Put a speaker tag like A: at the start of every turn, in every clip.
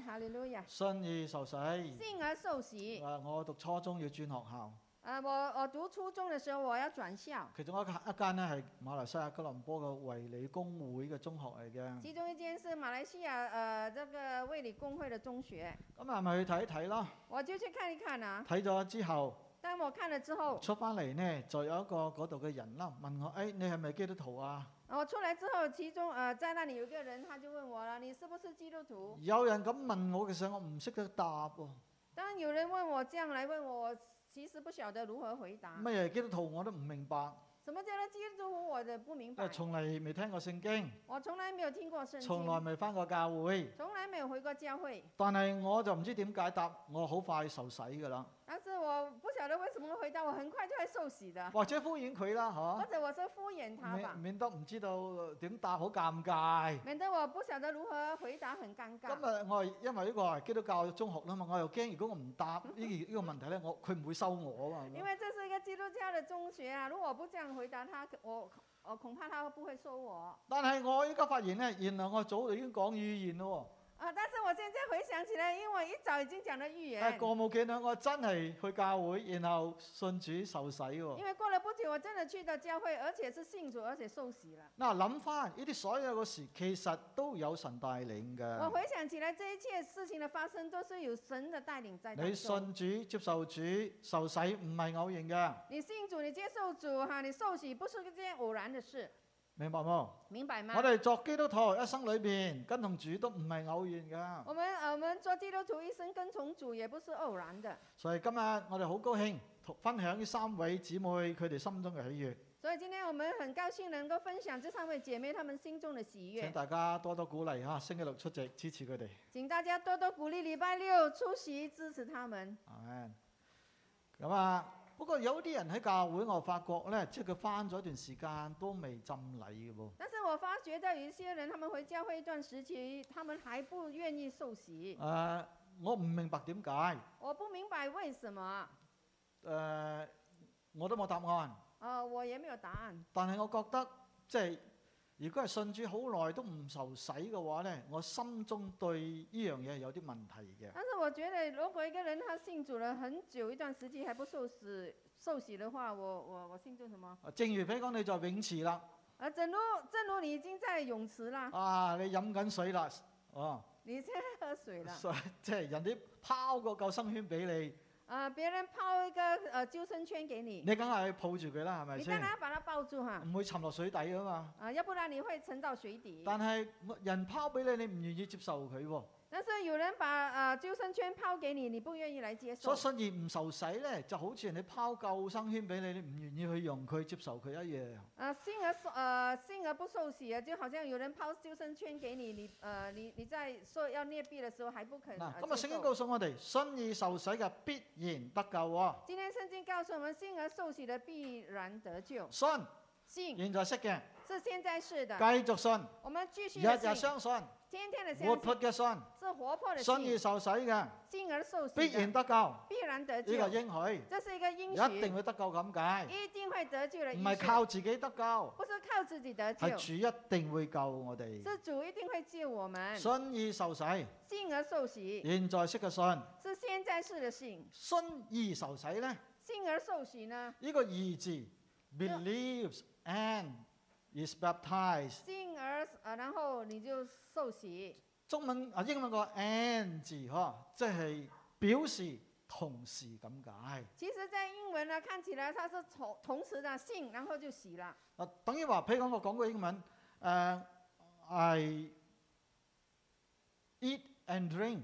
A: 哈利路亚！
B: 信而受洗。啊，
A: 信而受洗。
B: 我讀初中要轉學校，
A: 啊，我我讀初中的時候，我要轉校，
B: 其中一間一間咧係馬來西亞吉隆坡嘅維理公會嘅中學嚟嘅。
A: 其中一間是馬來西亞呃這個衛理公會的中學，
B: 咁係咪去睇一睇啦？
A: 我就去看一看啊。
B: 睇咗之後
A: 當我看了之後，
B: 出翻嚟呢，就有一個嗰度嘅人啦，問我：，誒、你係咪基督徒啊？
A: 啊我出來之後，其中呃在那裡有一個人，他就問我了：你是不是基督徒？
B: 有人咁問我嘅時候，我唔識得答喎。
A: 當有人問我這樣來問我，我其實不曉得如何回答。
B: 乜嘢係基督徒我都唔明白，
A: 什麼叫做基督徒？我的不明
B: 因為
A: 白。
B: 從嚟未聽過聖經，
A: 我從來沒有聽過聖
B: 從來
A: 經，
B: 未翻過教會，
A: 從來沒有回過教會，
B: 但係我就唔知點解答，我好快受洗㗎啦，
A: 但是我不曉得為什麼回答，我很快就會受洗的，
B: 或者敷衍佢啦
A: 或
B: 嚇
A: 者我是敷衍他
B: 免
A: 吧，
B: 免得唔知道點答，好尷尬。
A: 免得我不曉得如何回答，很尷
B: 今日
A: 尬。
B: 我係因為呢個係基督教中學啦嘛，我又驚如果我唔答呢呢個問題咧，我佢唔會收我啊嘛。
A: 因為這是一個基督教的中學啊，如果我不這樣回答他，我我恐怕他不會收我
B: 但係我依家發現咧，原來我早就已經講語言咯
A: 啊。但是我現在回想起來，因為我一早已經講了預
B: 喎。
A: 言，
B: 但係過冇幾耐，我真係去教會，然後信主受洗
A: 因
B: 喎。
A: 為過了不久，我真的去到教會，而且是信主，而且受洗了。
B: 嗱諗翻呢啲所有嘅事，其實都有神帶領
A: 我
B: 嘅。
A: 回想起來，這一切事情的發生都是有神的帶領在
B: 你
A: 當中。
B: 信主、接受主、受洗唔係偶然嘅，
A: 你信主，你接受主哈，你受洗不是一件偶然的事，
B: 明白冇？
A: 明白吗？
B: 我哋作基督徒一生裏邊跟同主都唔係偶然㗎。
A: 我们呃我们做基督徒一生跟从主也不是偶然的，
B: 所以今日我哋好高興同分享呢三位姊妹佢哋心中嘅喜悅，
A: 所以今天我们很高興能夠分享這三位姐妹她們心中的喜
B: 請
A: 悦，
B: 大家多多鼓勵嚇，星期六出席支持佢哋。
A: 請大家多多鼓勵禮拜六出席支持她們。
B: Amen 咁啊，不過有啲人喺教會，我發覺咧，即係佢翻咗一段時間都未浸禮嘅噃。
A: 但是我發覺到有一些人，他們回教會一段時期，他們還不願意受洗
B: 誒、，我唔明白點解
A: 我不明白為什麼，
B: 誒，我都冇答案。
A: 呃，我也沒有答案。
B: 但係我覺得即係如果係信主好耐都唔受洗嘅話咧，我心中對呢樣嘢有啲問題嘅。
A: 但是我覺得，如果一個人他信主了很久一段時期還不受洗受洗的話，我我我信主什么？
B: 啊正如比如講，你在泳池啦。
A: 啊，正如正如你已經在泳池啦，
B: 啊！你飲緊水啦，哦，
A: 你现在喝水了，
B: 所以 即係人哋拋個救生圈俾你，
A: 啊，別人抛一個呃救生圈給你，
B: 你梗係抱住佢啦，係咪
A: 你當然
B: 先？
A: 要把它抱住哈，
B: 唔會沉落水底噶嘛。
A: 啊，要不然你會沉到水底。
B: 但係人拋俾你，你唔願意接受佢喎，
A: 但是有人把呃救生圈拋給你，你不願意來接
B: 所
A: 受
B: 以。信而唔受洗咧，就好似人哋拋救生圈俾你，你唔願意去用佢接受佢一樣。
A: 啊，信而受呃信而不受洗啊，就好像有人拋救生圈給你，你呃你你在說要裂壁的時候還不肯。
B: 嗱，
A: 呃
B: 咁
A: 接
B: 啊，聖經
A: 受
B: 告訴我哋，信而受洗嘅必然得救喎。
A: 今天圣经告诉我们，信而受洗的必然得救。
B: 信，
A: 信
B: 現在識嘅，
A: 是现在式的，
B: 繼續信，
A: 我们继续
B: 日
A: 的
B: 日
A: 信，
B: 相信，
A: 天天的
B: 活
A: 相信，
B: 潑嘅信，
A: 是活泼的
B: 信而
A: 信，
B: 受洗嘅，
A: 信而受洗
B: 必然
A: 的，
B: 得救。
A: 必然得
B: 呢個
A: 救。
B: 應許。
A: 这是一个应
B: 一定
A: 许，
B: 會得救咁解，
A: 一定会得救的
B: 唔
A: 应
B: 係
A: 许，
B: 靠自己得救，
A: 不是靠自己得救，
B: 係主一定會救我哋。
A: 是主一定会救我们。
B: 信以受洗，
A: 信而受洗
B: 現在式嘅信，
A: 是现在式的信，
B: 信以受洗咧，呢、
A: 信而受洗呢？
B: 呢個義字 believes and is baptized。
A: 信而呃，然后你就受洗。
B: 中文啊英文個 and 字呵，即係表示同時咁解。
A: 其实，在英文呢，看起来它是同同时的信，然后就洗了。
B: 啊，等於話，譬如講我講過英文，誒、I eat and drink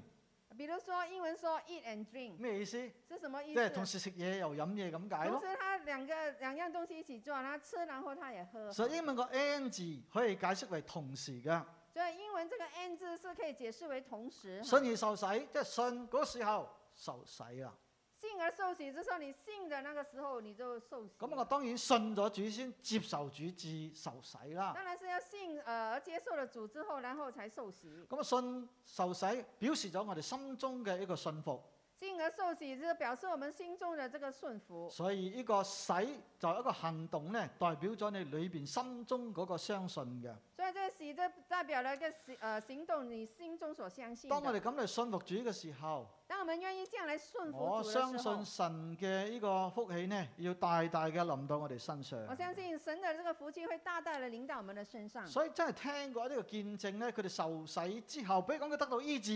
A: 比如说英文说 eat and drink
B: 咩意思？
A: 是什么意
B: 即
A: 思？
B: 係同時食嘢又飲嘢咁解咯
A: 同。时他两个两样东西一起做，他吃然后他也喝。
B: 所以英文個 and 字可以解釋為同時嘅，
A: 所以英文这个 and 字是可以解释为同时。
B: 信而受洗，即係信嗰時候受洗啦。
A: 信而受洗，就是说你信的那个时候你就受洗。
B: 咁我當然信咗主先接受主至受洗啦。
A: 当然是要信呃而接受了主之后，然后才受洗。
B: 咁啊信受洗表示咗我哋心中嘅一個信服，
A: 信而受洗，就是表示我们心中的这个顺服。
B: 哦所以呢個洗就係一個行動咧，代表咗你裏邊心中嗰個相信嘅。
A: 所以这个洗，这代表了一个行呃行动，你心中所相信
B: 當我
A: 的。
B: 哋咁嚟信服主嘅時候，
A: 当我们愿意这样来顺服
B: 我
A: 主的时
B: 相
A: 候
B: 信，神嘅呢個福氣呢，要大大嘅臨到我哋身上。
A: 我相信神的这个福气会大大的临到我们的身上。
B: 所以真係聽過呢個見證咧，佢哋受洗之後，比如講佢得到醫治，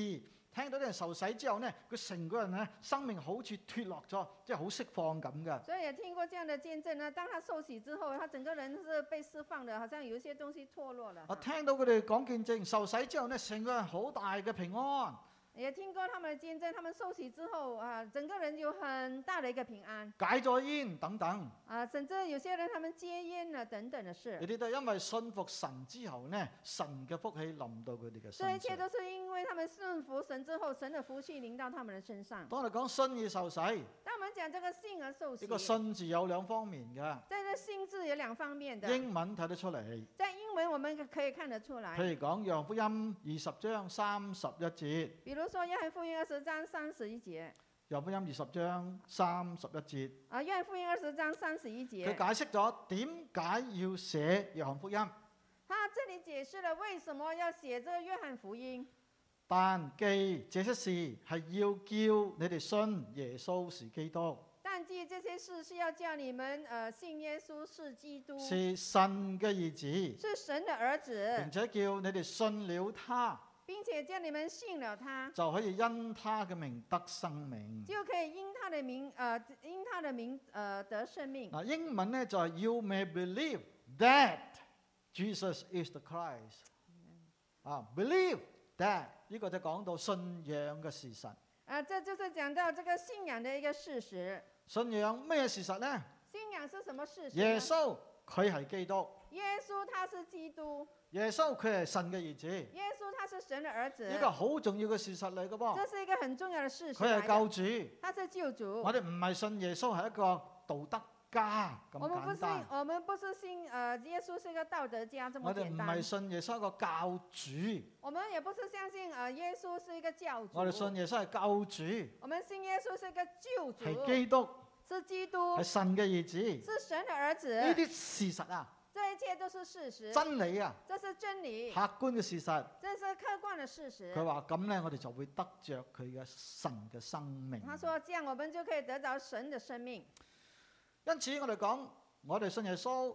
B: 聽到啲人受洗之後咧，佢成個人咧生命好似脱落咗，即係好釋放咁嘅。
A: 所以也听过这样的见证呢，当他受洗之后，他整个人是被释放的，好像有一些东西脱落了
B: 我
A: 哈。
B: 聽到佢哋講見證，受洗之後咧，成個人好大嘅平安。
A: 也听过他们的见证，他们受洗之后啊，整个人有很大的一个平安
B: 解咗煙等等，
A: 啊，甚至有些人他们戒烟了等等的
B: 呢
A: 事，
B: 啲都係因為信服神之後呢，神嘅福氣臨到佢哋嘅
A: 这一
B: 身
A: 切
B: 上。
A: 都是因为他们顺服神之后，神的福气临到他们的身上。
B: 當我哋講信而受洗，呢、
A: 当我们讲这个信而受洗，
B: 個信字有兩方面嘅，
A: 在这信字有两方面的，
B: 英文睇得出嚟。
A: 在英文我们可以看得出来，
B: 譬如講《羊福音》二十章三十一節，《
A: 比如说约翰福音二十章三十一节
B: 羊福音》二十章三十一節，
A: 啊，约翰福音二十章三十一节，
B: 佢解釋咗點解要寫《約翰福音》，
A: 他这里解释了为什么要写这个约翰福音，
B: 但記這些事係要叫你哋信耶穌是基督，
A: 但记这些事是要叫你们呃信耶稣是基督，
B: 是神嘅兒子。
A: 是神的儿子
B: 并，且叫你哋信了他，
A: 并且叫你们信了他，
B: 就可以因他嘅名得生命。
A: 就可以因他的名呃因他的名呃得生命。
B: 嗱，英文咧就係 You may believe that Jesus is the Christ。啊，believe that 呢個就講到信仰嘅事實。
A: 啊、这就是讲到这个信仰的一个事实。
B: 信仰咩事實呢？
A: 信仰是什么事实呢？
B: 耶穌佢係基督，
A: 耶稣他是基督，
B: 耶穌佢係神嘅兒子，
A: 耶稣他是神的儿子，
B: 呢個好重要嘅事實嚟嘅噃。
A: 这是一个很重要的事实
B: 佢
A: 来
B: 係
A: 的。
B: 救主，
A: 他是救主。
B: 我哋唔係信耶穌係一個道德家咁
A: 我们不
B: 簡
A: 是
B: 單。
A: 我们不是信呃耶稣是一个道德家这么
B: 我哋
A: 简
B: 唔
A: 单
B: 係，信耶穌係一個教主，
A: 我们也不是相信呃耶稣是一个教主，
B: 我哋信耶穌係救
A: 我们信耶稣是一个救
B: 主，係
A: 主，
B: 基督，
A: 是基督
B: 係，神嘅兒子。
A: 是神的儿子
B: 呢，啲事實啊，
A: 这一切都是事实，
B: 真理啊，
A: 这是真理
B: 客，觀嘅事實。
A: 这是客观的事实。
B: 佢話咁呢，我哋就會得着佢嘅神嘅生命。
A: 他说这样我们就可以得着神的生命，
B: 因此我哋講，我哋信耶穌，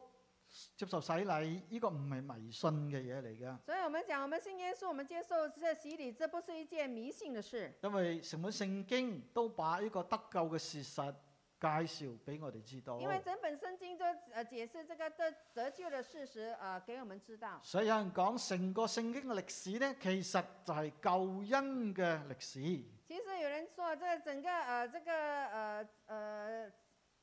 B: 接受洗禮，呢、個唔係迷信嘅嘢嚟嘅，
A: 所以我们讲我们信耶稣，我们接受这洗礼，这不是一件迷信的事。
B: 因為成本聖經都把呢個得救嘅事實介紹俾我哋知道。
A: 因为整本圣经都呃解释这个得得救的事实，呃，给我们知道。
B: 所以有人講成個聖經嘅歷史呢，其實就係救恩嘅歷史。
A: 其实有人说，这整个呃这个呃呃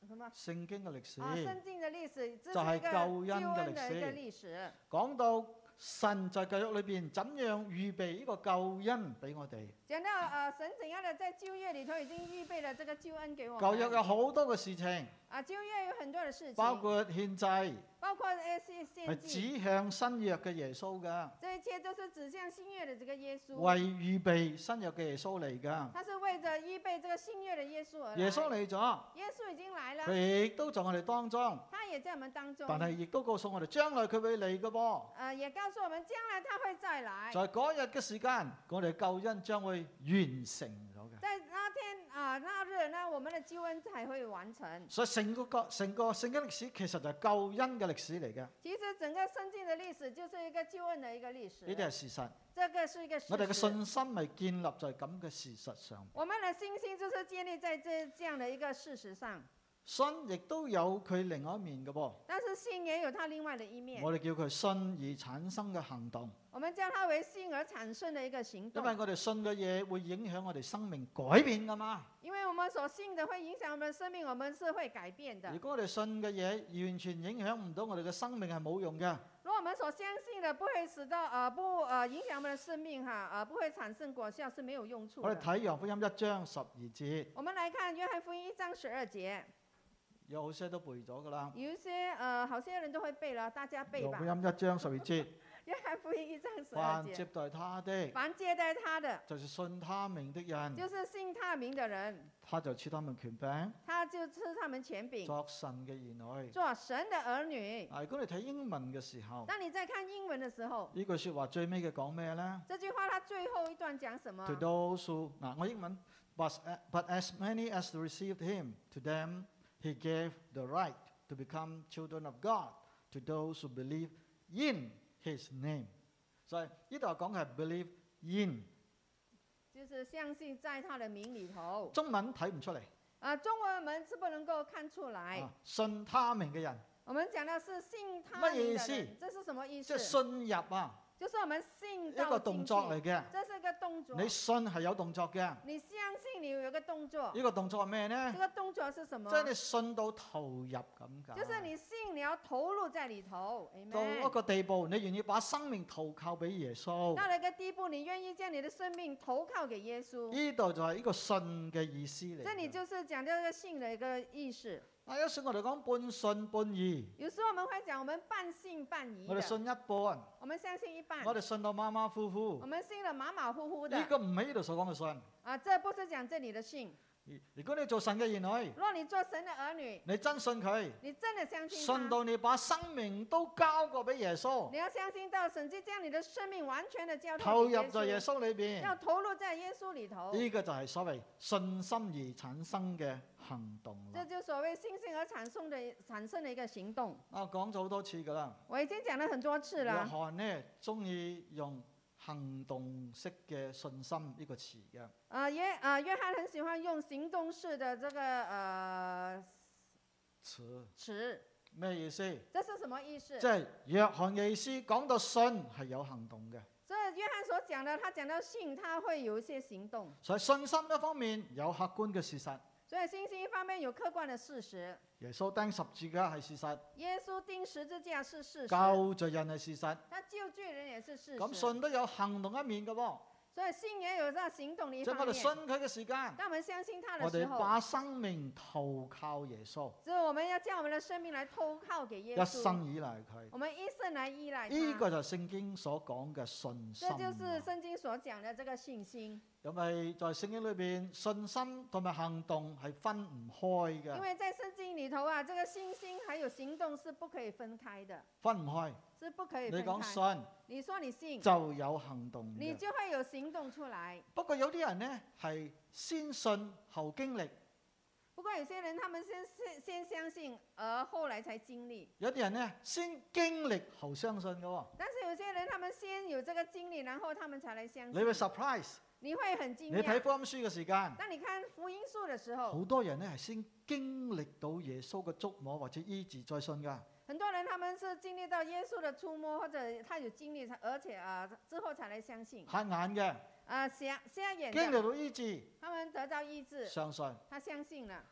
A: 什么
B: 聖經嘅歷史
A: 啊，圣经的历史，这
B: 就是
A: 一个
B: 救恩的
A: 救恩的
B: 历
A: 一个
B: 史
A: 历史。
B: 講到神在教育裏邊怎樣預備呢個救恩俾我哋。
A: 讲到呃神怎样的在旧约里头已经预备了这个救恩给我
B: 舊約
A: 们。
B: 有好多嘅事情，
A: 啊，旧约有很多的事情，
B: 包括獻祭
A: 包括呃献
B: 係
A: 献祭，
B: 指向新約嘅耶穌㗎，
A: 这一切都是指向新约的这个耶稣，
B: 為預備新約嘅耶穌嚟㗎。
A: 他是为着预备这个新约的耶稣而来。
B: 耶穌嚟咗，
A: 耶稣已经来了，
B: 佢亦都在我哋當中，
A: 他也在我们当中。
B: 但係亦都告訴我哋將來佢會嚟嘅噃。
A: 呃，也告诉我们将来他会再来。
B: 在嗰日嘅時間，我哋救恩將會完成咗嘅。
A: 在那天啊、那日呢，我们的救恩才会完成。
B: 所以成個個成個聖經歷史其實就係救恩嘅歷史嚟嘅，呢
A: 其实整个圣经的历史就是一个救恩的一个历史，
B: 啲係事實。
A: 这个是一个事
B: 我哋嘅
A: 实。
B: 信心咪建立在咁嘅事實上。
A: 我们的信心就是建立在这这样的一个事实上，
B: 信亦都有佢另外一面嘅噃，
A: 但是信也有它另外的一面。
B: 我哋叫佢信而產生嘅行動，
A: 我们叫它为信而产生的一个行
B: 因為
A: 动，
B: 我哋信嘅嘢會影響我哋生命改變噶嘛。
A: 因为我们所信的会影响我们的生命，我们是会改变的
B: 如。果我哋信嘅嘢完全影響唔到我哋嘅生命係冇用嘅。
A: 如果我们所相信的不会使到呃不呃影响我们的生命哈呃不会产生果效是没有用处
B: 我哋
A: 的。
B: 睇《羊福音》一章十二節，
A: 我们来看《约翰福音》一章十二节，
B: 有好些都背咗噶啦。
A: 有一些呃，好些人都会背了，大家背
B: 羊
A: 吧
B: 福。音一章十二節，
A: 约翰福音一章十二
B: 凡
A: 节
B: 接，待他的，
A: 凡接待他的，
B: 就是信他名的人，
A: 就是信他名的人，
B: 他就赐他們權柄，
A: 他就吃他们权柄，
B: 作神嘅兒女。
A: 做神的儿女。
B: 啊，如果你睇英文嘅時候，
A: 当你在看英文的时候，
B: 呢句说話最尾嘅講咩呢？
A: 这句话它最后一段讲什么
B: To？those who 嗱，我英文，but but as many as received him, to them he gave the right to become children of God. To those who believe in his name，所以呢度講嘅係 believe in，
A: 就是相信在他的名里头。
B: 中文睇唔出嚟。
A: 啊，中文我们是不能够看出来。
B: 啊信他名嘅人，
A: 我们讲的是信他
B: 乜嘢
A: 名
B: 意
A: 的
B: 思
A: 人，这是什么意
B: 即係
A: 思？
B: 信入啊，
A: 就是我们信
B: 一
A: 到
B: 個動作
A: 进
B: 嚟嘅
A: 去，。这是一个动作。
B: 你信係有動作嘅，
A: 你相信你有一个动作，
B: 呢個動作係咩呢
A: 这？个动作是什么？
B: 即係你信到投入咁解。
A: 就是你信，你要投入在里头
B: 到一
A: ，amen。
B: 個地步，你願意把生命投靠俾耶穌。
A: 到了一个地步，你愿意将你的生命投靠给耶稣，
B: 呢度就係呢個信嘅意思嚟
A: 这里
B: 嘅。
A: 就是讲这个信的一个意识。
B: 啊，有時我哋講半信半疑，
A: 有时候我们会讲我们半信半疑
B: 我哋
A: 的，
B: 信一半，
A: 我们相信一半，
B: 我哋信到馬馬虎
A: 我
B: 虎。
A: 们信了马马虎虎
B: 呢
A: 的
B: 個唔係呢度所講嘅信。
A: 啊，这不是讲这里的信。
B: 如如果你做神嘅兒女，
A: 若你做神的儿女，
B: 你真信佢，
A: 你真啊的相信
B: 信
A: 他，
B: 到你把生命都交過俾耶穌，
A: 你要相信到神就将你的生命完全的交
B: 投
A: 托
B: 入
A: 给
B: 在耶
A: 耶稣，
B: 穌裏邊。
A: 要投入在耶稣里头。
B: 呢個就係所謂信心而產生嘅行動
A: 这
B: 啦。
A: 就所谓信心而产生的产生的一个行动。
B: 啊，講咗好多次㗎啦。
A: 我已经讲了很多次
B: 約
A: 了。
B: 翰呢，中意用行動式嘅信心呢個詞嘅。
A: 呃，约呃，约翰很喜欢用行动式的这个呃
B: 詞
A: 词，
B: 咩意思？
A: 这是什么意思
B: 即？係約翰嘅意思，講到信係有行動嘅，
A: 所以约翰所讲的，他讲到信，他会有一些行动。
B: 所以信心一方面有客觀嘅事實，
A: 所以信心一方面有客观的事实，
B: 耶穌釘十字架係事實，
A: 耶稣钉十字架是事实，
B: 救罪人係事實。
A: 他救罪人也是事
B: 咁
A: 实。
B: 信都有行動一面嘅喎，
A: 所以信也有在行动的一
B: 即係我
A: 方
B: 哋
A: 面。
B: 信佢嘅時間，
A: 当我们相信他的
B: 我
A: 时
B: 哋
A: 候，
B: 把生命投靠耶穌，
A: 所以我们要将我们的生命来投靠给耶
B: 一
A: 稣。
B: 生依賴佢。
A: 我们一生来依赖
B: 呢
A: 他。
B: 個就係聖經所講嘅信心
A: 这就是
B: 啊。
A: 圣经所講的这个信心，
B: 因為在聖經裏邊，信心同埋行動係分唔開
A: 因
B: 嘅，
A: 为在圣经里头啊，这个信心还有行动是不可以分开的，
B: 分唔開。
A: 是不可以
B: 你
A: 分
B: 講
A: 开。
B: 信
A: 你说你信，
B: 就有行動
A: 你
B: 嘅。
A: 就会有行动出来。
B: 不過有啲人呢係先信後經歷，
A: 不过有些人他们先先先相信，而后来才经历；
B: 有啲人呢先經歷後相信嘅喎。
A: 但是有些人他们先有这个经历，然后他们才来相
B: 你會
A: 信。
B: surprise，
A: 你会很惊
B: 你睇
A: 讶。
B: 福音書嘅時間，
A: 当你看福音书的时候，
B: 好多人呢係先經歷到耶穌嘅觸摸或者醫治再信㗎。
A: 很多人他们是经历到耶稣的触摸，或者他有经历，才而且啊之后才来相信。
B: 黑眼嘅
A: 啊，瞎瞎眼
B: 經
A: 的。
B: 歷到醫治，
A: 他们得到医治，
B: 相信。
A: 他相信了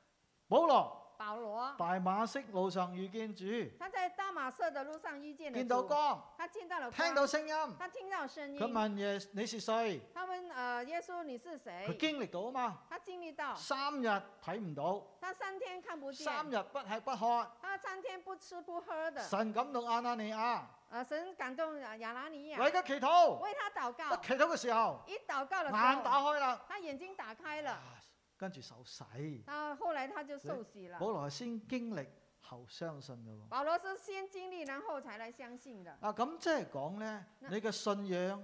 B: 保羅。
A: 保罗。
B: 大馬色路上遇見主，
A: 他在大马色的路上遇见了
B: 見到
A: 主
B: 光，
A: 他見到了光，
B: 聽到聲音，
A: 他聽到声音。
B: 佢問耶你是誰？
A: 他问呃耶稣你是
B: 佢
A: 谁？
B: 經歷到啊嘛，
A: 他经历到，
B: 三日睇唔到，
A: 他三天看不见，
B: 三日不吃不喝，
A: 他三天不吃不喝的。
B: 神感動亞拿尼亞，
A: 呃，神感動亚亚拿尼亚，
B: 為佢祈禱，
A: 为他祷告
B: 一。祈禱嘅時候
A: 一祷告的
B: 眼
A: 时候，
B: 打開啦，
A: 他眼睛打开了。
B: 啊跟住手洗。
A: 他后来他就受洗了。
B: 保羅係先經歷後相信嘅喎。
A: 保罗是先经历，然后才来相信的。
B: 啊，咁即係講呢，
A: 嗱
B: 你嘅信仰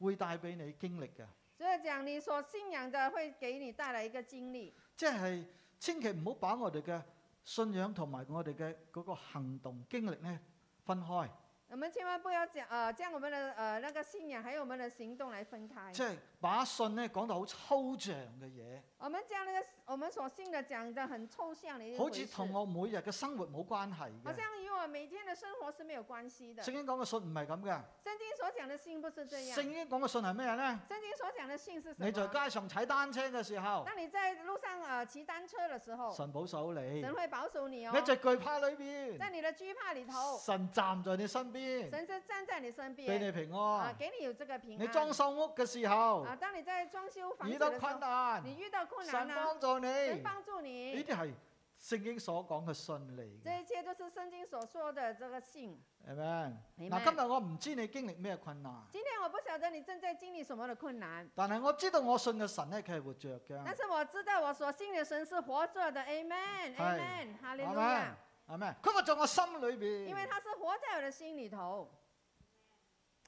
B: 會帶俾你經歷嘅，
A: 所以讲，你所信仰的会给你带来一个经历。
B: 即係千祈唔好把我哋嘅信仰同埋我哋嘅嗰個行動經歷呢分開。
A: 我们千万不要讲呃，将我们的呃那个信仰还有我们的行动来分开。
B: 即係把信咧講到好抽象嘅嘢，
A: 我们将那个我们所信的讲的很抽象的一
B: 好
A: 回事，
B: 似同哦我每日嘅生活冇關係
A: 好
B: 嘅。
A: 像与我每天的生活是没有关系的。
B: 聖經講嘅信唔係咁嘅，
A: 圣經所讲的信不是这样。
B: 聖經講嘅信係咩咧？
A: 圣經所讲的信是什
B: 你在
A: 么？
B: 街上踩單車嘅時候，
A: 当你在路上呃骑单车的时候，
B: 神保守
A: 哦
B: 你；
A: 神会保守你哦
B: 你，在懼怕裏邊，
A: 在你的惧怕里头，
B: 神站在你身邊，
A: 神是站在你身
B: 俾
A: 边
B: 你平
A: 啊，
B: 安。
A: 给你有这个平
B: 你裝
A: 安
B: 修屋嘅時候
A: 啊。当你在装修房
B: 遇
A: 子
B: 到
A: 的时
B: 困
A: 候，
B: 難，
A: 你遇到困
B: 神
A: 難呢，啊
B: 幫助你。
A: 神
B: 呢
A: 帮助你
B: 啲。係聖經所講嘅信嚟嘅。
A: 这一切都是圣经所说的这个信。
B: Amen。
A: Amen
B: 嗱，今日我唔知你經歷咩困難，
A: 今天我不晓得你正在经历什么的困难，
B: 但係我知道我信嘅神咧，佢係活着
A: 但
B: 嘅。
A: 是我知道我所信的神是活着的。Amen,
B: 是
A: Amen，哈利路亚
B: Amen。Amen。佢活在我心裏
A: 因为
B: 邊，
A: 他是活在我的心里头。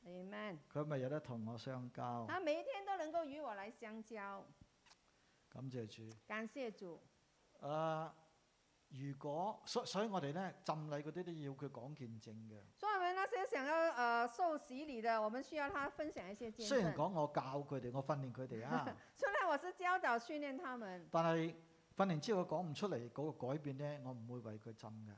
A: Amen。
B: 佢咪有得同我相交。
A: 他每一天都能够与我来相交，
B: 感謝主。
A: 感谢主。
B: 誒、呃如果所所以我哋咧浸禮嗰啲都要佢講見證嘅。
A: 所以我们那些想要呃受洗礼的，我们需要他分享一些见
B: 雖然
A: 证。
B: 講我教佢哋，我訓練佢哋 啊，
A: 虽然我是教导训练他们，
B: 但係訓練之後佢講唔出嚟嗰、個改變咧，我唔會為佢浸嘅。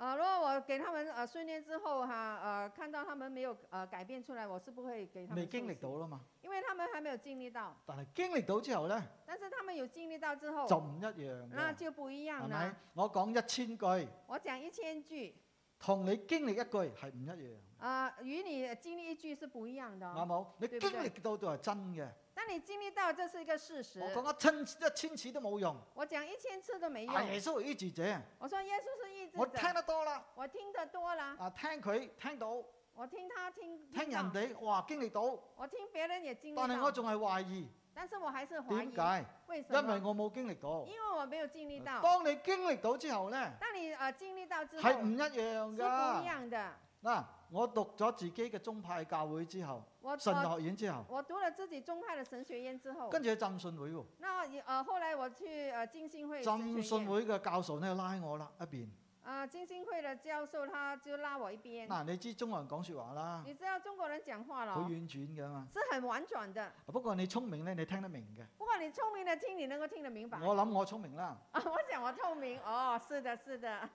A: 呃，如果我给他们呃训练之后哈，呃，看到他们没有呃改變出来，我是不会给他们
B: 未經歷到
A: 受洗，
B: 啦嘛，
A: 因为他们还没有经历到。
B: 但係經歷到之後咧
A: 但是他们有经历到之后，
B: 就唔一樣
A: 那
B: 嘅，
A: 就不一
B: 係
A: 样
B: 咪
A: 了。？
B: 我講一千句，
A: 我讲一千句，
B: 同你經歷一句係唔一樣，
A: 啊，與你經歷一句是不一樣的
B: 啱
A: 哦。
B: 冇？你
A: 對
B: 經
A: 唔對
B: 歷到就係真嘅。
A: 當你經歷到，這是一個事實
B: 我。講一千一千次都冇用，
A: 我講一千次都沒用
B: 啊。耶穌係醫治者，
A: 我說耶穌是意志
B: 我聽
A: 者，
B: 得多啦，
A: 我聽得多了，
B: 啊聽佢聽到。
A: 我聽他聽
B: 聽人
A: 到，
B: 哋哇經歷到，
A: 我聽別人也經
B: 但係
A: 歷
B: 我
A: 到，
B: 仲係懷疑，
A: 但是我還是懷
B: 點
A: 疑，
B: 解？
A: 為
B: 因
A: 什
B: 為
A: 麼？
B: 我冇經歷到。
A: 因為我沒有經歷到。
B: 當你經歷到之後呢，
A: 當你呃經歷到之後，
B: 係
A: 是
B: 唔一樣
A: 不一
B: 㗎。
A: 樣的。
B: 嗱，我讀咗自己嘅宗派教會之後，
A: 我哦
B: 神
A: 我
B: 學院之後，
A: 我讀了自己宗派的神學院之後，
B: 跟住去浸信會喎。
A: 那也呃後來我去呃浸信會
B: 浸
A: 神學
B: 信
A: 院，
B: 會嘅教授呢拉我啦一邊。
A: 啊浸信會的教授他就拉我一邊。
B: 嗱，你知中國人講説話啦，
A: 嗯你知道中国人讲话了
B: 好婉
A: 哦，
B: 轉㗎嘛。啊
A: 是很婉转的。
B: 不過你聰明呢，你聽得明嘅。
A: 不过你聪明的听，你能够听得明白。
B: 我諗我聰明啦，
A: 啊， 我想我透明哦，是的，是的，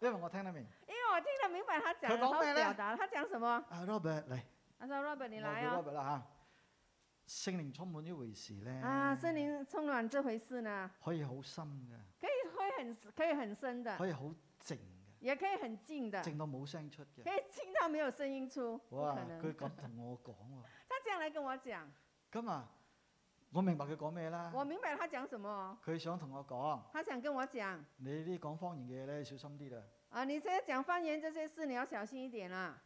B: 因為我聽得明。
A: 因为我听得明白他讲
B: 他
A: 的，
B: 讲
A: 他
B: 咩呢
A: 表达他讲什么。
B: 啊，Robert 嚟，
A: 他说 Robert，你
B: 我
A: 来
B: 叫
A: 啊、
B: Robert 啦嚇。聖靈充滿呢回事呢。
A: 啊，森林充满这回事呢，
B: 可以好深嘅，
A: 可以会很可以很深的，
B: 可以好靜嘅，
A: 也可以很近的，
B: 靜到冇聲出
A: 可
B: 嘅。
A: 以近到没有声音出，啊不
B: 哇！
A: 可能。
B: 佢咁同我講喎，
A: 他这样来跟我讲，
B: 咁啊，我明白佢講咩啦。
A: 我明白他讲什么哦，
B: 佢想同我講，
A: 他想跟我讲
B: 你呢啲講方言嘅嘢咧，小心啲啦。
A: 啊，你这讲方言这些事你要小心一点啦。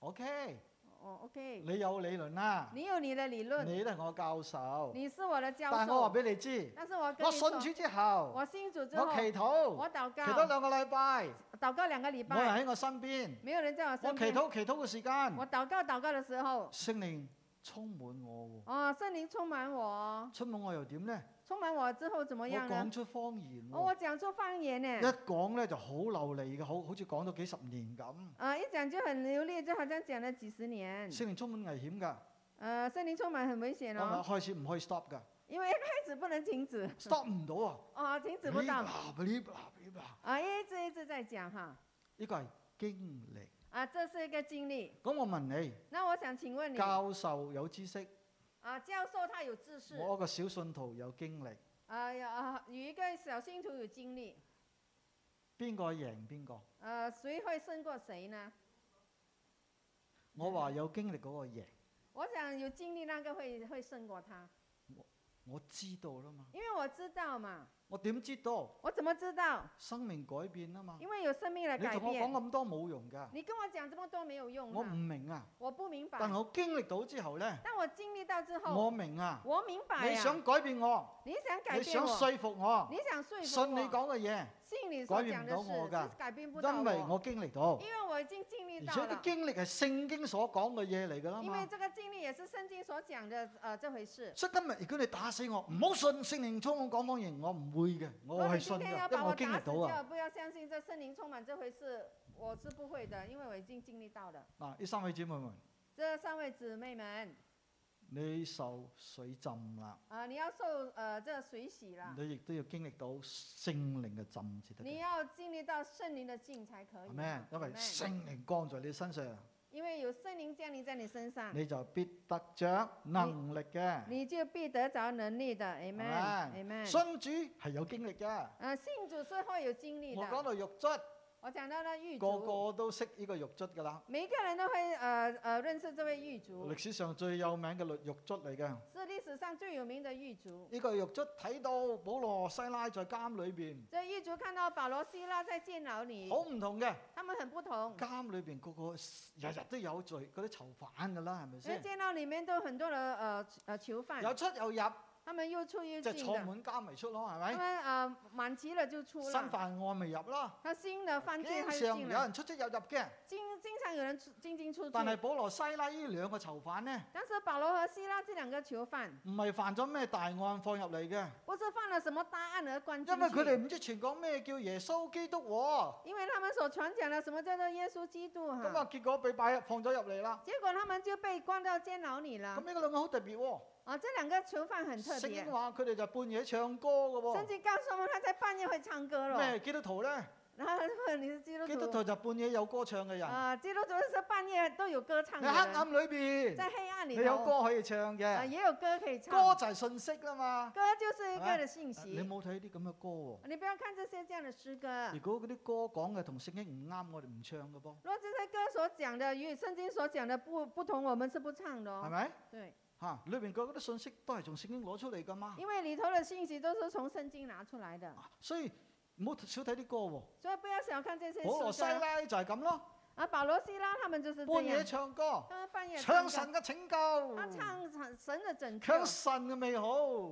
B: OK，
A: 哦，OK，
B: 你有理論啦，
A: 你有你的理论。
B: 你都係我教授，
A: 你是我的教
B: 但係我話
A: 授，
B: 俾你知，
A: 但是我跟
B: 我
A: 你
B: 信
A: 说，
B: 主之後，
A: 我信主之
B: 我
A: 后，
B: 祈禱，
A: 我祷
B: 祈
A: 告，
B: 禱兩個禮拜，
A: 祷告两个礼
B: 冇人
A: 拜，
B: 喺我身邊，
A: 没有人在我
B: 我
A: 身
B: 祈
A: 边。
B: 禱祈禱嘅時間，
A: 我祷告祷告的时候，
B: 聖靈充滿我
A: 哦，圣灵充满我，
B: 喎，充滿我又點呢？
A: 充满我之后怎
B: 我
A: 么样呢
B: 講？出方言
A: 哦，
B: 喎。
A: 我讲出方言
B: 一
A: 呢，
B: 講咧就好流利嘅，好好似講咗幾十年咁。
A: 啊，一讲就很流利，就好像讲了几十年。
B: 聖靈充滿危險㗎，
A: 呃，圣灵充满很危险
B: 我咪
A: 哦，
B: 開始唔可以 stop 㗎
A: 因为一开始不能停止，
B: ，stop 唔到啊！
A: 哦，停止不到，
B: Believe 啦，believe 啦，believe 啦
A: 啊，一直一直在讲哈，
B: 呢個係經歷。
A: 啊，这是一个经历。
B: 咁我問
A: 那我想请问
B: 你，
A: 你，
B: 教授有知識，
A: 啊，教授他有知识。
B: 我一個小信徒有經歷，
A: 啊呀啊，有一个小信徒有经历，
B: 邊個贏邊個？
A: 呃，谁会胜过谁呢？
B: 我話有經歷嗰個贏，
A: 我想有经历那个会会胜过他，
B: 我知道啦嘛。
A: 因为我知道嘛，
B: 我點知道？
A: 我怎么知道？
B: 生命改變啊嘛。
A: 因为有生命的
B: 啊你
A: 改
B: 同我講
A: 变。
B: 咁多冇用㗎，
A: 你跟我讲这么多没有用
B: 啊我唔
A: 哈，
B: 明啊。
A: 我不明白
B: 但。我經歷到之後咧，
A: 但我经历到之后，
B: 我明啊。
A: 我明白
B: 你
A: 呀。
B: 想改變我？
A: 你想改
B: 你
A: 变
B: 想
A: 我，
B: 說服我，
A: 你想说服
B: 信你
A: 我，
B: 講嘅嘢，
A: 信你所
B: 改
A: 讲
B: 变唔
A: 的
B: 到
A: 事
B: 我㗎
A: 是改变不到
B: 因為
A: 我，
B: 我經歷到，
A: 因为我已经经历
B: 而
A: 到
B: 且個
A: 了。
B: 經歷係聖經所講嘅嘢嚟㗎啦
A: 因为
B: 嘛。
A: 这个经历也是圣经所讲的，呃，这回事。
B: 所以今日如果你打死我，唔好信聖靈充我講方言，我唔會嘅，
A: 如
B: 我
A: 果
B: 係
A: 你
B: 信
A: 今天要
B: 嘅，因
A: 把
B: 為
A: 我
B: 我經
A: 打
B: 歷
A: 死
B: 到
A: 掉，
B: 啊。
A: 不要相信这森林充满这回事，我是不会的，因为我已经经历到了。
B: 嗱，呢三位姐妹們，
A: 这三位姊妹们
B: 你受水浸啦，
A: 啊、你要受呃这水洗了，
B: 你亦都要經歷到聖靈嘅浸至得
A: 你
B: 嘅。
A: 要经历到圣灵的浸才可以
B: 係
A: 嘛。
B: 咩？因為
A: Amen
B: 聖靈降在你身上，
A: 因为有圣灵降临在你身上，
B: 你就必得着能力嘅。
A: 你就必得着能力的。
B: Amen
A: Amen，Amen。
B: 信主係有經歷嘅。
A: 啊呃，信主是会有经历
B: 我講
A: 的。
B: 到肉質，
A: 我讲到呢狱
B: 個
A: 卒，
B: 個都識呢個獄卒㗎啦。
A: 每一个人都會呃呃认识這位狱卒
B: 歷，史上最有名嘅律獄卒嚟嘅。呢、
A: 是歷史上最有名的狱卒。
B: 個獄卒睇到保羅西拉在監裏邊，
A: 这狱卒看到保羅希拉在监牢里，
B: 好唔同嘅。
A: 他們很不同。
B: 監裏邊個個日日都有罪，嗰啲囚犯㗎啦，係咪
A: 因為
B: 先？
A: 监牢里面都有很多的呃呃囚犯，
B: 有出有入，
A: 他們又出又
B: 即
A: 進
B: 係坐
A: 的，
B: 滿監咪出咯，係
A: 他
B: 咪？
A: 們呃滿期了就出
B: 新
A: 了，
B: 犯案咪入啦。
A: 他新的犯罪
B: 經
A: 他
B: 常
A: 就
B: 有
A: 進了，
B: 人出出入入嘅，
A: 經经常有人出進進出出
B: 但。係保羅西拉呢兩個囚犯呢，
A: 但是保羅和希拉這兩個囚犯，
B: 唔係犯咗咩大案放入嚟嘅，
A: 不是犯了什麼大案而關
B: 因為佢哋
A: 進去，
B: 唔知傳講咩叫耶穌基督喎，
A: 因為他們所傳講的什麼叫做耶穌基督
B: 咁
A: 哈，
B: 啊結果被擺入放咗入嚟啦。
A: 結果他們就被關到監牢里
B: 咁
A: 了。
B: 呢個兩個好特別喎，
A: 啊，這兩個囚犯很特
B: 聖經
A: 別，
B: 話佢哋就半夜唱歌嘅
A: 甚至告訴我們他在半夜會唱歌
B: 喎，
A: 咯。
B: 咩基督徒呢？
A: 然后他说你是基督
B: 基督
A: 徒，
B: 徒就半夜有歌唱嘅人，
A: 啊，基督徒是半夜都有歌唱
B: 你
A: 的
B: 黑
A: 人，
B: 暗裏邊
A: 在黑暗
B: 你
A: 里
B: 有
A: 头
B: 歌可以唱
A: 啊，
B: 嘅，
A: 也有歌可以唱，
B: 歌就係信息啦嘛。
A: 歌就是一
B: 啊
A: 个的信息。
B: 你冇睇啲咁嘅歌喎，
A: 你不要看這些這樣的詩歌，啊
B: 如果嗰啲歌講嘅同聖經唔啱，我哋唔唱嘅噃，
A: 如果這些歌所講的與聖經所講的不不同，我們是不唱的
B: 係
A: 哦。
B: 咪？
A: 对，
B: 嚇，裏邊嗰啲信息都係從聖經攞出嚟噶嘛，
A: 因為裏頭的信息都是從聖經拿出來的，
B: 啊所以唔好少睇啲歌喎。
A: 所以不要小看這些
B: 保羅西
A: 詩歌。
B: 哦拉就係咁咯，
A: 啊，保羅、西拉他們就是這
B: 半夜
A: 樣，
B: 唱歌，
A: 他們半夜
B: 唱
A: 歌
B: 神嘅
A: 他
B: 拯救，
A: 唱神神的拯救
B: 唱，神嘅美好，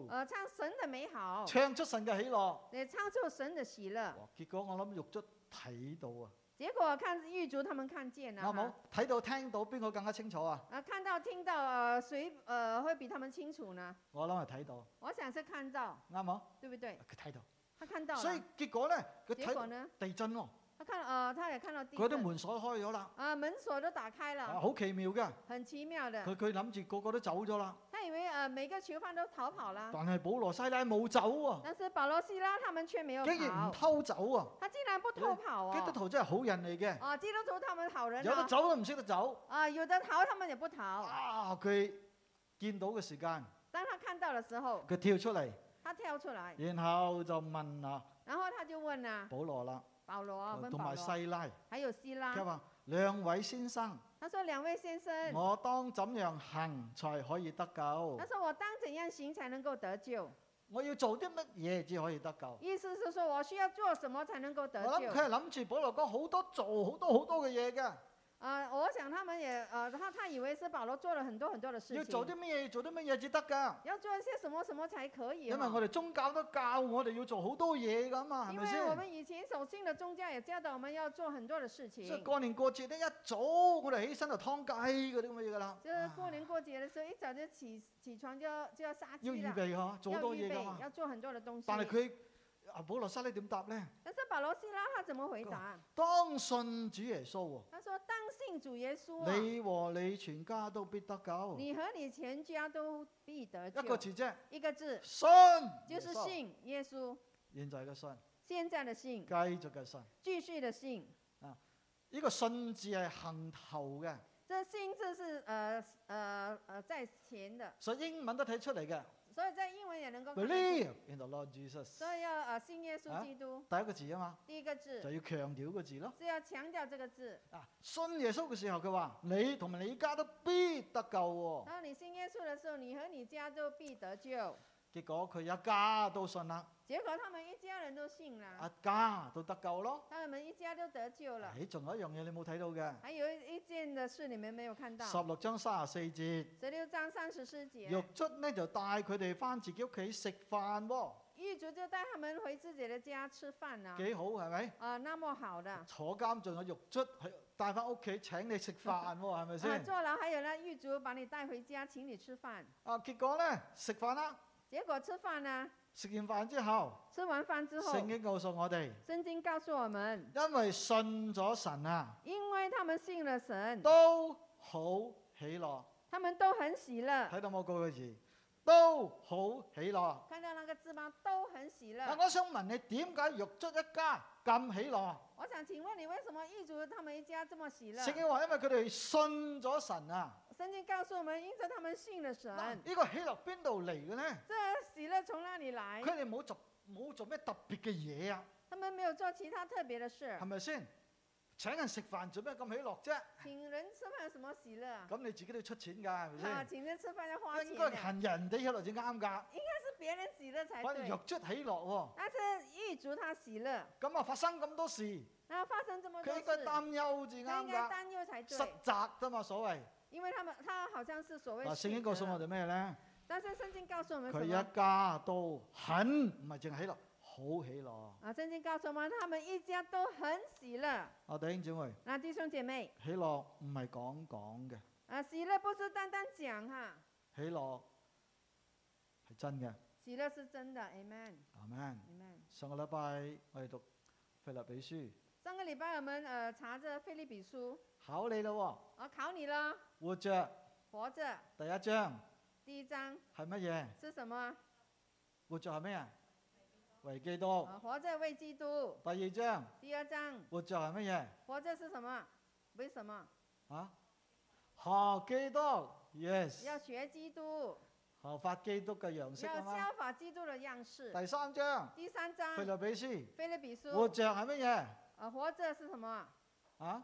A: 呃，唱神的美好，
B: 唱出神嘅喜樂。
A: 也唱出神的喜樂。
B: 哇結果我諗獄卒睇到啊，
A: 结果看狱卒他们看见了
B: 啱冇
A: 哈，？
B: 睇到聽到邊個更加清楚啊？
A: 啊，看到听到呃，谁呃会比他们清楚呢？
B: 我諗係睇到，
A: 我想是看到，
B: 啱冇？
A: 对不对？
B: 佢睇到，
A: 他看到
B: 所以
A: 了，
B: 結果咧，佢
A: 结
B: 睇
A: 果
B: 到
A: 呢？
B: 地震喎，
A: 他看呃，他也看到地
B: 佢啲
A: 震，
B: 門鎖開咗啦，
A: 啊，門锁都打开
B: 啊
A: 了，
B: 好奇妙嘅。
A: 很奇妙
B: 佢
A: 的。
B: 佢諗住個個都走咗啦，
A: 他以为呃每个囚犯都逃跑了，
B: 但係保羅西拉冇走喎，
A: 但是保罗、西拉他们却没有
B: 竟然
A: 跑
B: 唔，偷走喎。
A: 他竟然不偷跑
B: 基督
A: 哦。
B: 徒真係好人嚟嘅，
A: 啊，基督徒他们好人
B: 有得
A: 啊，
B: 走都唔識得走。
A: 啊，有的逃他们也不逃。
B: 啊，佢見到嘅時間，
A: 当他看到的时候，
B: 佢跳出嚟，
A: 他跳出来，
B: 然後就問啊
A: 然后他就问啊，
B: 保羅啦，
A: 保罗问
B: 同
A: 保
B: 埋
A: 罗，
B: 西拉，
A: 还有希拉
B: 佢。話：兩位先生，
A: 他说：“两位先生，
B: 我當怎樣行才可以得救
A: 他？说我当怎样行才能够得救？
B: 我要做啲乜嘢至可以得救？
A: 意思是说我需要做什么才能够
B: 我
A: 得
B: 諗
A: 救
B: 佢？係諗住保羅講好多做好多好多嘅嘢嘅，
A: 啊、我想他们也呃，他他以为是保罗做了很多很多的事情，
B: 要做啲乜嘢，做啲乜嘢至得㗎。
A: 要做一些什么什么才可以哦
B: 因
A: 哈？
B: 為我哋宗教都教我哋要做好多嘢㗎嘛，係
A: 因
B: 咪
A: 为我
B: 先？
A: 们以前守信的宗教也教导我们要做很多的事情，
B: 所以過年過節咧，一早我哋起身就劏雞嗰啲咁嘅嘢㗎啦。
A: 就是过年过节的时候一早就起起床就要就要杀鸡
B: 要
A: 了，
B: 預備嚇，做好
A: 啊要
B: 多
A: 预
B: 嘢㗎
A: 备
B: 嘛，。
A: 要做很多的东西。
B: 但係佢阿保羅西呢點答咧？
A: 但是保罗西拉他怎么回答？
B: 當信主耶穌
A: 他说：当信主耶稣、
B: 喎，
A: 啊，
B: 你和你全家都必得救。
A: 你和你全家都必得救。
B: 一個字啫，
A: 一个字，
B: 信。
A: 就是
B: 耶穌。
A: 信耶穌，
B: 現在嘅信，
A: 現在的信，
B: 繼續嘅信。
A: 繼續的信。
B: 呢個信字係行頭嘅，
A: 這信字是呃呃呃在前的，
B: 所以英文都睇出嚟嘅。
A: 所以在英文也能夠看得出。
B: Believe in the Lord Jesus，
A: 所以要呃信耶穌
B: 啊
A: 基督，
B: 第一個字啊嘛，
A: 第一個
B: 就
A: 字
B: 要強調個字咯。
A: 是要強調這個字。
B: 啊，信耶穌嘅時候，佢話：你同埋你家都必得救喎。
A: 然後你信耶穌的時候，你和你家都必得救。
B: 結果佢一家都信啦，
A: 結果他們一家人都信了，
B: 一家都得救咯。
A: 他們一家都得救了。
B: 誒，仲有一樣嘢你冇睇到嘅，
A: 還有一一件的事你們沒有看到，
B: 十六章三十四節，
A: 十六章三十四
B: 獄
A: 節，
B: 卒呢就帶佢哋翻自己屋企食飯喎，
A: 獄卒就帶他們回自己的家吃飯了。
B: 幾好係咪？
A: 啊、那麼好的。
B: 坐監仲有獄卒去帶翻屋企請你食飯喎，係咪
A: 啊，
B: 先？
A: 坐牢还有呢，狱卒把你带回家，请你吃饭。
B: 啊，結果呢，食飯啦，
A: 结果吃饭呢，
B: 食完飯之後，
A: 吃完饭之后，
B: 聖經告訴我哋，
A: 圣经告诉我们，
B: 因為信咗神啊，
A: 因为他们信了神，
B: 都好喜樂。
A: 他们都很喜乐。
B: 睇到冇嗰個字，都好喜樂。
A: 看到那个字吗？都很喜
B: 啊，
A: 乐。
B: 我想問你點解獄卒一家咁喜樂？
A: 我想请问你，为什么狱卒他们一家这么喜乐？
B: 聖經話因為佢哋信咗神啊。
A: 圣经告诉我们，因着他们信了神，
B: 嗱呢個喜樂邊度嚟嘅呢？
A: 这喜乐从哪里来
B: 佢？哋冇做冇做咩特別嘅嘢啊，
A: 他们没有做其他特别的事
B: 係，咪先？請人食飯做咩咁喜樂啫？
A: 请人吃饭有什么喜乐啊？
B: 咁你自己都要出錢㗎，係咪
A: 啊，
B: 先？
A: 请人吃饭要花钱的，
B: 應該
A: 应
B: 行人哋喜樂至啱㗎，
A: 该是别人喜乐才
B: 反而
A: 对
B: 若。出喜樂喎。
A: 但是玉足他喜乐，
B: 咁啊，發生咁多事，
A: 然后发生这么多
B: 佢
A: 事
B: 應，該擔憂至
A: 他
B: 啱
A: 应該
B: 㗎，
A: 担忧才
B: 失
A: 对，
B: 責啫嘛，所謂。
A: 因为他们他好像是所谓
B: 嗱，聖
A: 性
B: 經
A: 格
B: 啊告訴我哋咩咧？
A: 但是圣经告诉我们
B: 佢
A: 什
B: 一
A: 么？
B: 家都很唔係淨係喜樂，好喜樂。
A: 啊，圣经告诉我们，他们一家都很喜乐。
B: 啊，弟兄姊妹，
A: 那弟兄姐妹，
B: 喜樂唔係講講嘅，
A: 啊，喜乐不是单单讲哈，
B: 喜樂係真嘅。
A: 喜乐是真的，amen，amen。
B: 阿 man，上個禮拜我哋讀腓立比書，
A: 上个礼拜我们呃查着《菲利比书
B: 考你啦喎，》，
A: 我考你了，
B: 活着
A: 活着
B: 第一章
A: 第一章
B: 係乜嘢？
A: 是什么？
B: 活着係咩啊？為基督。
A: 啊，活着为基督。
B: 第二章
A: 第二章，
B: 活着係乜
A: 活着是什么？为什么
B: 嘢？啊，學基督
A: 要
B: ，yes，
A: 学基督？
B: 學法基督嘅樣式
A: 要
B: 啊嘛。
A: 效法基督的样式。
B: 第三章
A: 第三
B: 腓
A: 章，
B: 立比書。
A: 菲利比书，
B: 活着係乜嘢？
A: 啊，活着是什么？
B: 啊，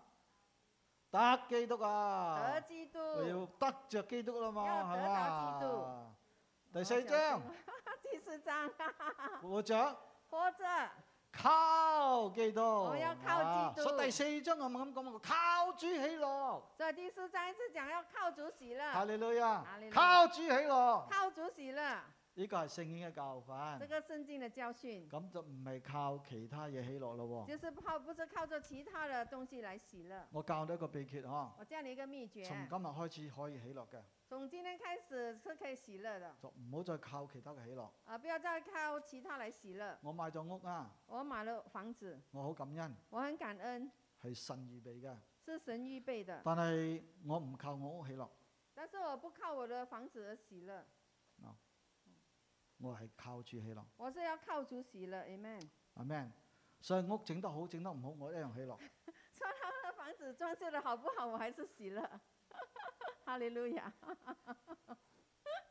B: 得基督
A: 得
B: 啊！
A: 基督。
B: 我要得着基督啦嘛，
A: 要
B: 係
A: 得
B: 嘛？
A: 着
B: 第四章，
A: 第四章，
B: 活着
A: 活着
B: 靠基督。
A: 我要靠基督
B: 啊所以第四章我咪咁講，靠主喜樂，
A: 所以第四章是講要靠主喜
B: 哈
A: 樂，
B: 利路亞
A: 啊哈利路亞
B: 靠主喜樂，
A: 靠主喜樂，
B: 呢個係聖經嘅教
A: 這
B: 訓。
A: 個聖經的教訓，
B: 咁就唔係靠其他嘢喜樂咯喎。
A: 就是靠不是靠着其他的東西來喜樂。
B: 我教你一個秘訣嗬，
A: 我教你一個秘
B: 從
A: 訣，
B: 今日開始可以喜樂嘅，
A: 從今天開始是可以喜樂的，
B: 就唔好再靠其他嘅喜樂。
A: 啊，不要再靠其他來喜樂。
B: 我買咗屋啊，
A: 我買了房子，
B: 我好感恩，
A: 我很感恩，
B: 係神預備嘅。
A: 是神預備的，
B: 但係我唔靠我屋企樂，
A: 但是我不靠我的房子而喜樂，
B: 我係靠住喜樂。
A: 我是要靠主喜樂，amen。
B: 阿 Man，所以屋整得好，整得唔好，我一樣喜樂。
A: 说他的房子装修的好不好，我还是喜樂， 哈利路亞。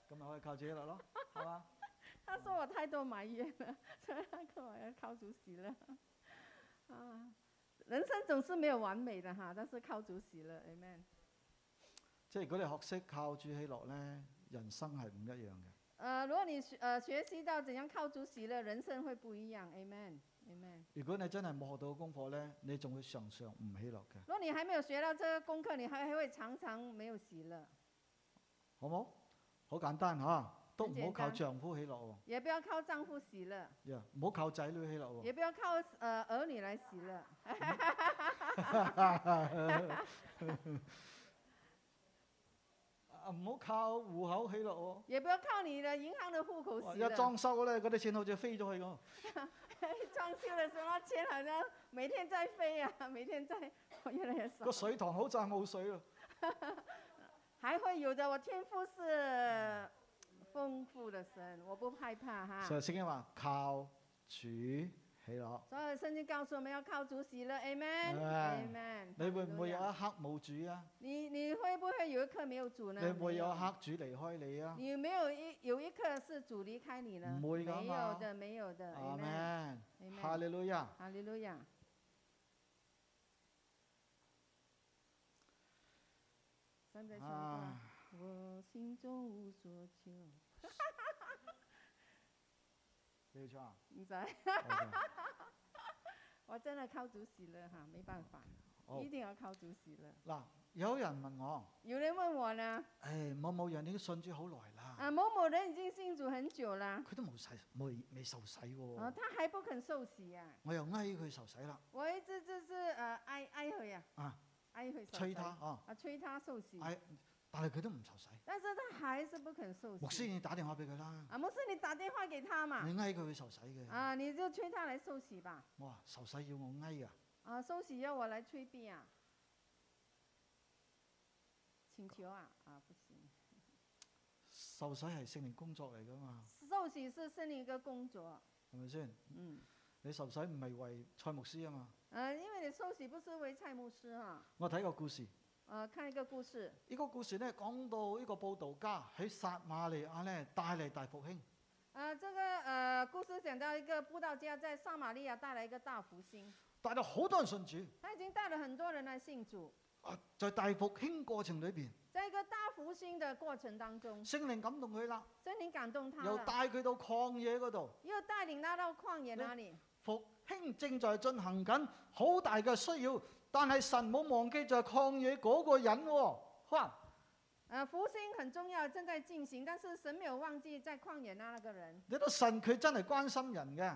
B: 咁咪可以靠住喜樂咯，係嘛？
A: 他说我太多埋怨了， 所以他跟我要靠主喜乐。 啊，人生总是没有完美的哈，但是靠主喜乐，amen。
B: 即係如果你學識靠住喜樂咧，人生係唔一樣嘅。
A: 呃，如果你学呃学习到怎样靠主喜乐，人生会不一样，amen，amen。
B: 如果你真係冇學到功課咧，你仲會常常唔喜樂嘅，
A: 如果你还没有学到这个功課，你还还會常常没有喜乐，
B: 好冇？好簡單嚇，都唔
A: 很
B: 好
A: 簡單
B: 靠丈夫喜樂
A: 也不要靠丈夫喜乐，
B: 喎，呀唔好靠仔女喜樂
A: 也不要靠呃儿女来喜乐。
B: 喎，啊唔好靠户口喜樂喎。
A: 也不要靠你的银行的户口
B: 哇
A: 喜
B: 一
A: 乐，
B: 裝修咧，嗰啲錢好似飛咗去咁。
A: 装修的时候，钱好像每天在飛啊，每天在越来越少
B: 個。水塘好賺冇水咯。
A: 还会有的，我天赋是丰富的神，我不害怕哈。
B: 所以聖經話靠主喜樂。
A: 所以圣经告诉我们要靠主喜乐，amen
B: Amen
A: amen。
B: 你會唔會有一？刻冇主啊？
A: 你你会不会有一刻没有主
B: 你
A: 呢？
B: 會唔會有一啊刻主離開你啊？
A: 你有没有一有一刻是主离开你呢？
B: 唔會㗎
A: 没
B: 嘛
A: 有的，没有的
B: 啊阿
A: ，amen
B: 門，哈
A: amen。
B: 利路亞。
A: 哈利路亚。站在求
B: 啊
A: 告，我心中无所求。
B: 你要唱啊？
A: 你在，
B: OK
A: 我真的靠主喜乐哈，没办法。
B: 好
A: 一定要靠主喜乐。
B: 嗱，有人問我：，
A: 有人问我呢，
B: 誒某某人已經信主好耐啦，
A: 啊，某某人已经信主很久了，
B: 佢都冇洗，未未受洗
A: 啊，
B: 喎。
A: 他还不肯受洗呀、
B: 我又哀佢受洗啦，
A: 我一直就是呃哀哀佢呀，
B: 啊，
A: 哀佢受
B: 催
A: 洗
B: 他啊，
A: 啊，催他受洗，
B: 哎但係佢都唔受洗。
A: 但是他还是不肯受
B: 牧師，
A: 洗。
B: 你打電話俾佢啦，
A: 啊，牧师，你打电话给他嘛，
B: 你哀佢會受洗嘅。
A: 啊，你就催他来受洗吧，
B: 我話受洗要我哀啊，
A: 啊，受洗要我来催逼啊，请求啊，啊，不行，
B: 受洗係聖靈工作嚟㗎嘛，
A: 受洗是圣灵一个工作，
B: 係咪先？
A: 嗯，
B: 你受洗唔係為蔡牧師啊嘛？
A: 呃，因为你受洗不是为蔡牧师啊，
B: 我睇個故事，呢、
A: 呃，看一个故事。
B: 個故事咧講到呢個佈道家喺撒瑪利亞咧帶嚟大復興，
A: 呃，这个呃故事讲到一个布道家在撒玛利亚带来一个大福星，
B: 帶咗好多人信主。
A: 他已经带了很多人来信主。
B: 啊，在大復興過程裏邊，
A: 在一个大福星的过程当中，
B: 聖靈感動佢啦，
A: 真灵感动他
B: 又
A: 了，
B: 帶佢到曠野嗰度。
A: 又带领他到旷野那里。
B: 復興正在進行緊，好大嘅需要，但係神冇忘記在曠野嗰個人喎、哇
A: 呃，福星很重要，正在进行，但是神没有忘记在旷野那那个人。
B: 你睇神佢真係關心人嘅，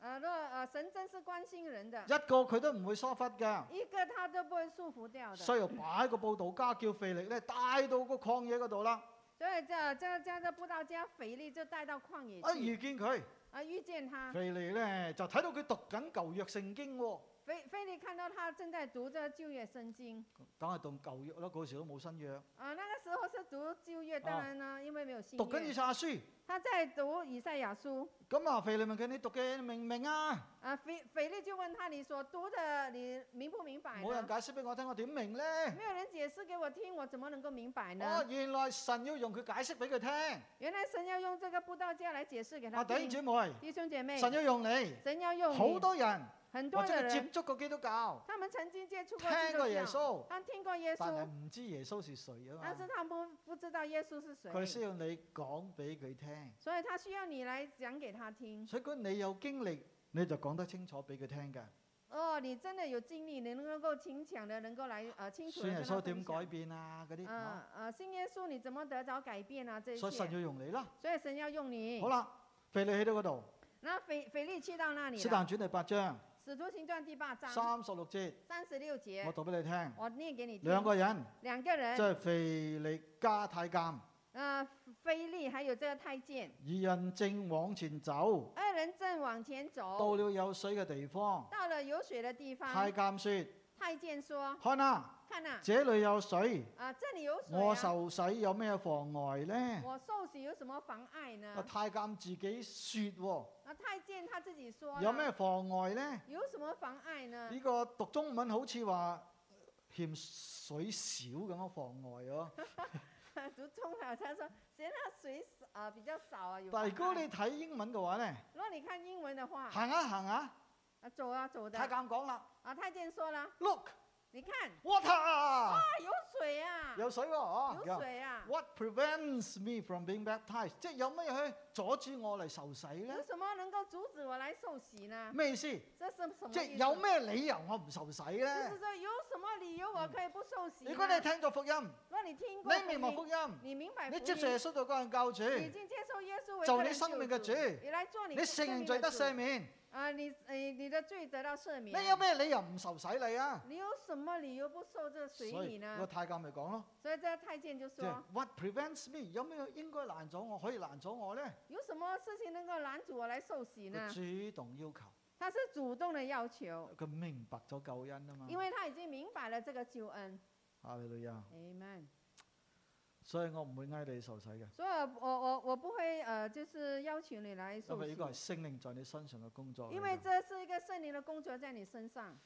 A: 呃，若呃神真是关心人的，
B: 一個佢都唔會疏忽嘅。
A: 一个他都不会束缚掉的。
B: 所以擺個報道家叫腓力咧，帶到個曠野嗰度啦。
A: 所以这这这个布道家腓力就带到旷野
B: 一
A: 去，
B: 遇見佢，
A: 啊，遇見他，
B: 腓力咧就睇到佢讀緊舊約聖經喎、
A: 腓腓力看到他正在讀这舊約聖經，
B: 梗係讀舊約啦，嗰時都冇新約，
A: 啊，那个时候是讀舊約，
B: 啊
A: 当然呢，因為没有新
B: 讀緊以
A: 約，
B: 賽亞書。
A: 他在讀以賽亞書，
B: 咁啊，腓力問佢：你讀嘅明唔明啊？
A: 啊，腓腓力就問他，你所讀的你明不明白
B: 冇人
A: 呢？
B: 解釋俾我聽，我點明呢？
A: 没有人解釋給我聽，我怎么能夠明白
B: 哦
A: 呢？，
B: 原來神要用佢解釋俾佢聽。
A: 原來神要用这个布道家來解釋給
B: 啊，
A: 他
B: 弟兄
A: 聽，
B: 姊妹，
A: 弟兄姐妹，
B: 神要用你，
A: 神要用
B: 好
A: 你，
B: 多人
A: 很多
B: 或者
A: 的
B: 佢接
A: 人，
B: 觸過基督教，
A: 他們曾經接觸過基
B: 聽過耶
A: 督教，啊
B: 穌，
A: 他聽過耶
B: 但係
A: 穌，
B: 唔知耶穌是誰啊
A: 但是
B: 嘛。
A: 他不不知道耶穌是
B: 佢
A: 誰
B: 需。要你講俾佢聽，
A: 所以他需要你來講給他聽。
B: 所以如果你有經歷，你就講得清楚俾佢聽嘅。
A: 哦，你真的有经歷，你能够勤抢的，能够來呃清楚
B: 信
A: 的
B: 耶
A: 跟他
B: 穌點
A: 分
B: 改
A: 享。
B: 變啊？嗰啲啊
A: 呃呃，信耶穌你怎么得着改變啊？这嗯一
B: 所以神
A: 切，
B: 要用你啦。
A: 所以神要用你
B: 好。啦，腓力去到嗰度，
A: 那腓腓力去到那里
B: 《使
A: 了，
B: 但傳》第八章
A: 使徒行傳第八章
B: 三十六節，
A: 三十六节
B: 我，讀俾你聽。
A: 我念給你聽。
B: 兩個人。
A: 两个人，
B: 即係肥力加太監，
A: 呃，腓力還有这個太監，
B: 二人正往前走，
A: 二人正往前
B: 到
A: 走，
B: 了有水嘅地方，
A: 到了有水的地方，
B: 太監說：
A: 太監說
B: 看啊，：“
A: 看呐、啊，
B: 這裏有水，
A: 这里有水、
B: 我
A: 啊，
B: 受洗有咩妨礙呢
A: 我受洗有什麼妨礙？”
B: 啊
A: 呢？
B: 太監自己説喎，
A: 那太監他自己说
B: 有
A: 了
B: 咩妨礙呢？
A: 有什么妨碍呢？
B: 呢個讀中文好似話嫌水少咁樣妨礙 哦。
A: 读中了，他说嫌他水少啊、比较少啊，有妨碍。
B: 但係如果你睇英文嘅話呢，
A: 如果你看英文的话，
B: 行啊行啊，
A: 啊走啊走的
B: 太監講啦
A: 啊，太监说了，
B: ，Look
A: 你看
B: water，
A: 啊有水啊，
B: 有水喎，哦
A: 有水啊，
B: What prevents me from being baptized？即係有乜嘢去阻止我嚟受洗呢
A: 有？什么能够阻止我来受洗呢？
B: 咩意思？即
A: 这是什么
B: 係
A: 意思？
B: 有咩理由我唔受洗
A: 就
B: 呢
A: 是？说有什么理由我可以不受洗呢？
B: 如果你聽咗福音，
A: 如果你听过
B: 你明白
A: 福
B: 福
A: 音，
B: 音，
A: 你明白
B: 你
A: 福
B: 接受耶
A: 音，
B: 穌做個人救主，
A: 你已經接受耶穌为
B: 就
A: 个
B: 你
A: 人
B: 生
A: 救
B: 命嘅主
A: 你来做你
B: 你承認罪得赦
A: 生命的主
B: 免，
A: 啊，你你你的罪得到赦
B: 你
A: 免。
B: 有咩理由唔受洗你啊？
A: 你有什么理由不受这
B: 所
A: 水礼
B: 以個
A: 呢？
B: 太監咪講咯，
A: 所以这太监就
B: 即係
A: 说
B: What prevents me？有咩應該攔阻我可以攔阻我呢？：“
A: 有什么事情能够拦阻我来受洗呢
B: 佢主動要求，？”
A: 他是主动的要求，
B: 佢明白咗救恩啊嘛
A: 因。为他已经明白了这个救恩。
B: 哈利路亞，
A: Amen。
B: 所以我唔會嗌你受洗嘅。
A: 所以我，我我我不会呃，就是邀请你来
B: 因
A: 受
B: 為
A: 洗
B: 呢，個係聖靈在你身上嘅工作嚟㗎。
A: 因为这是一个圣灵的工作在你身上。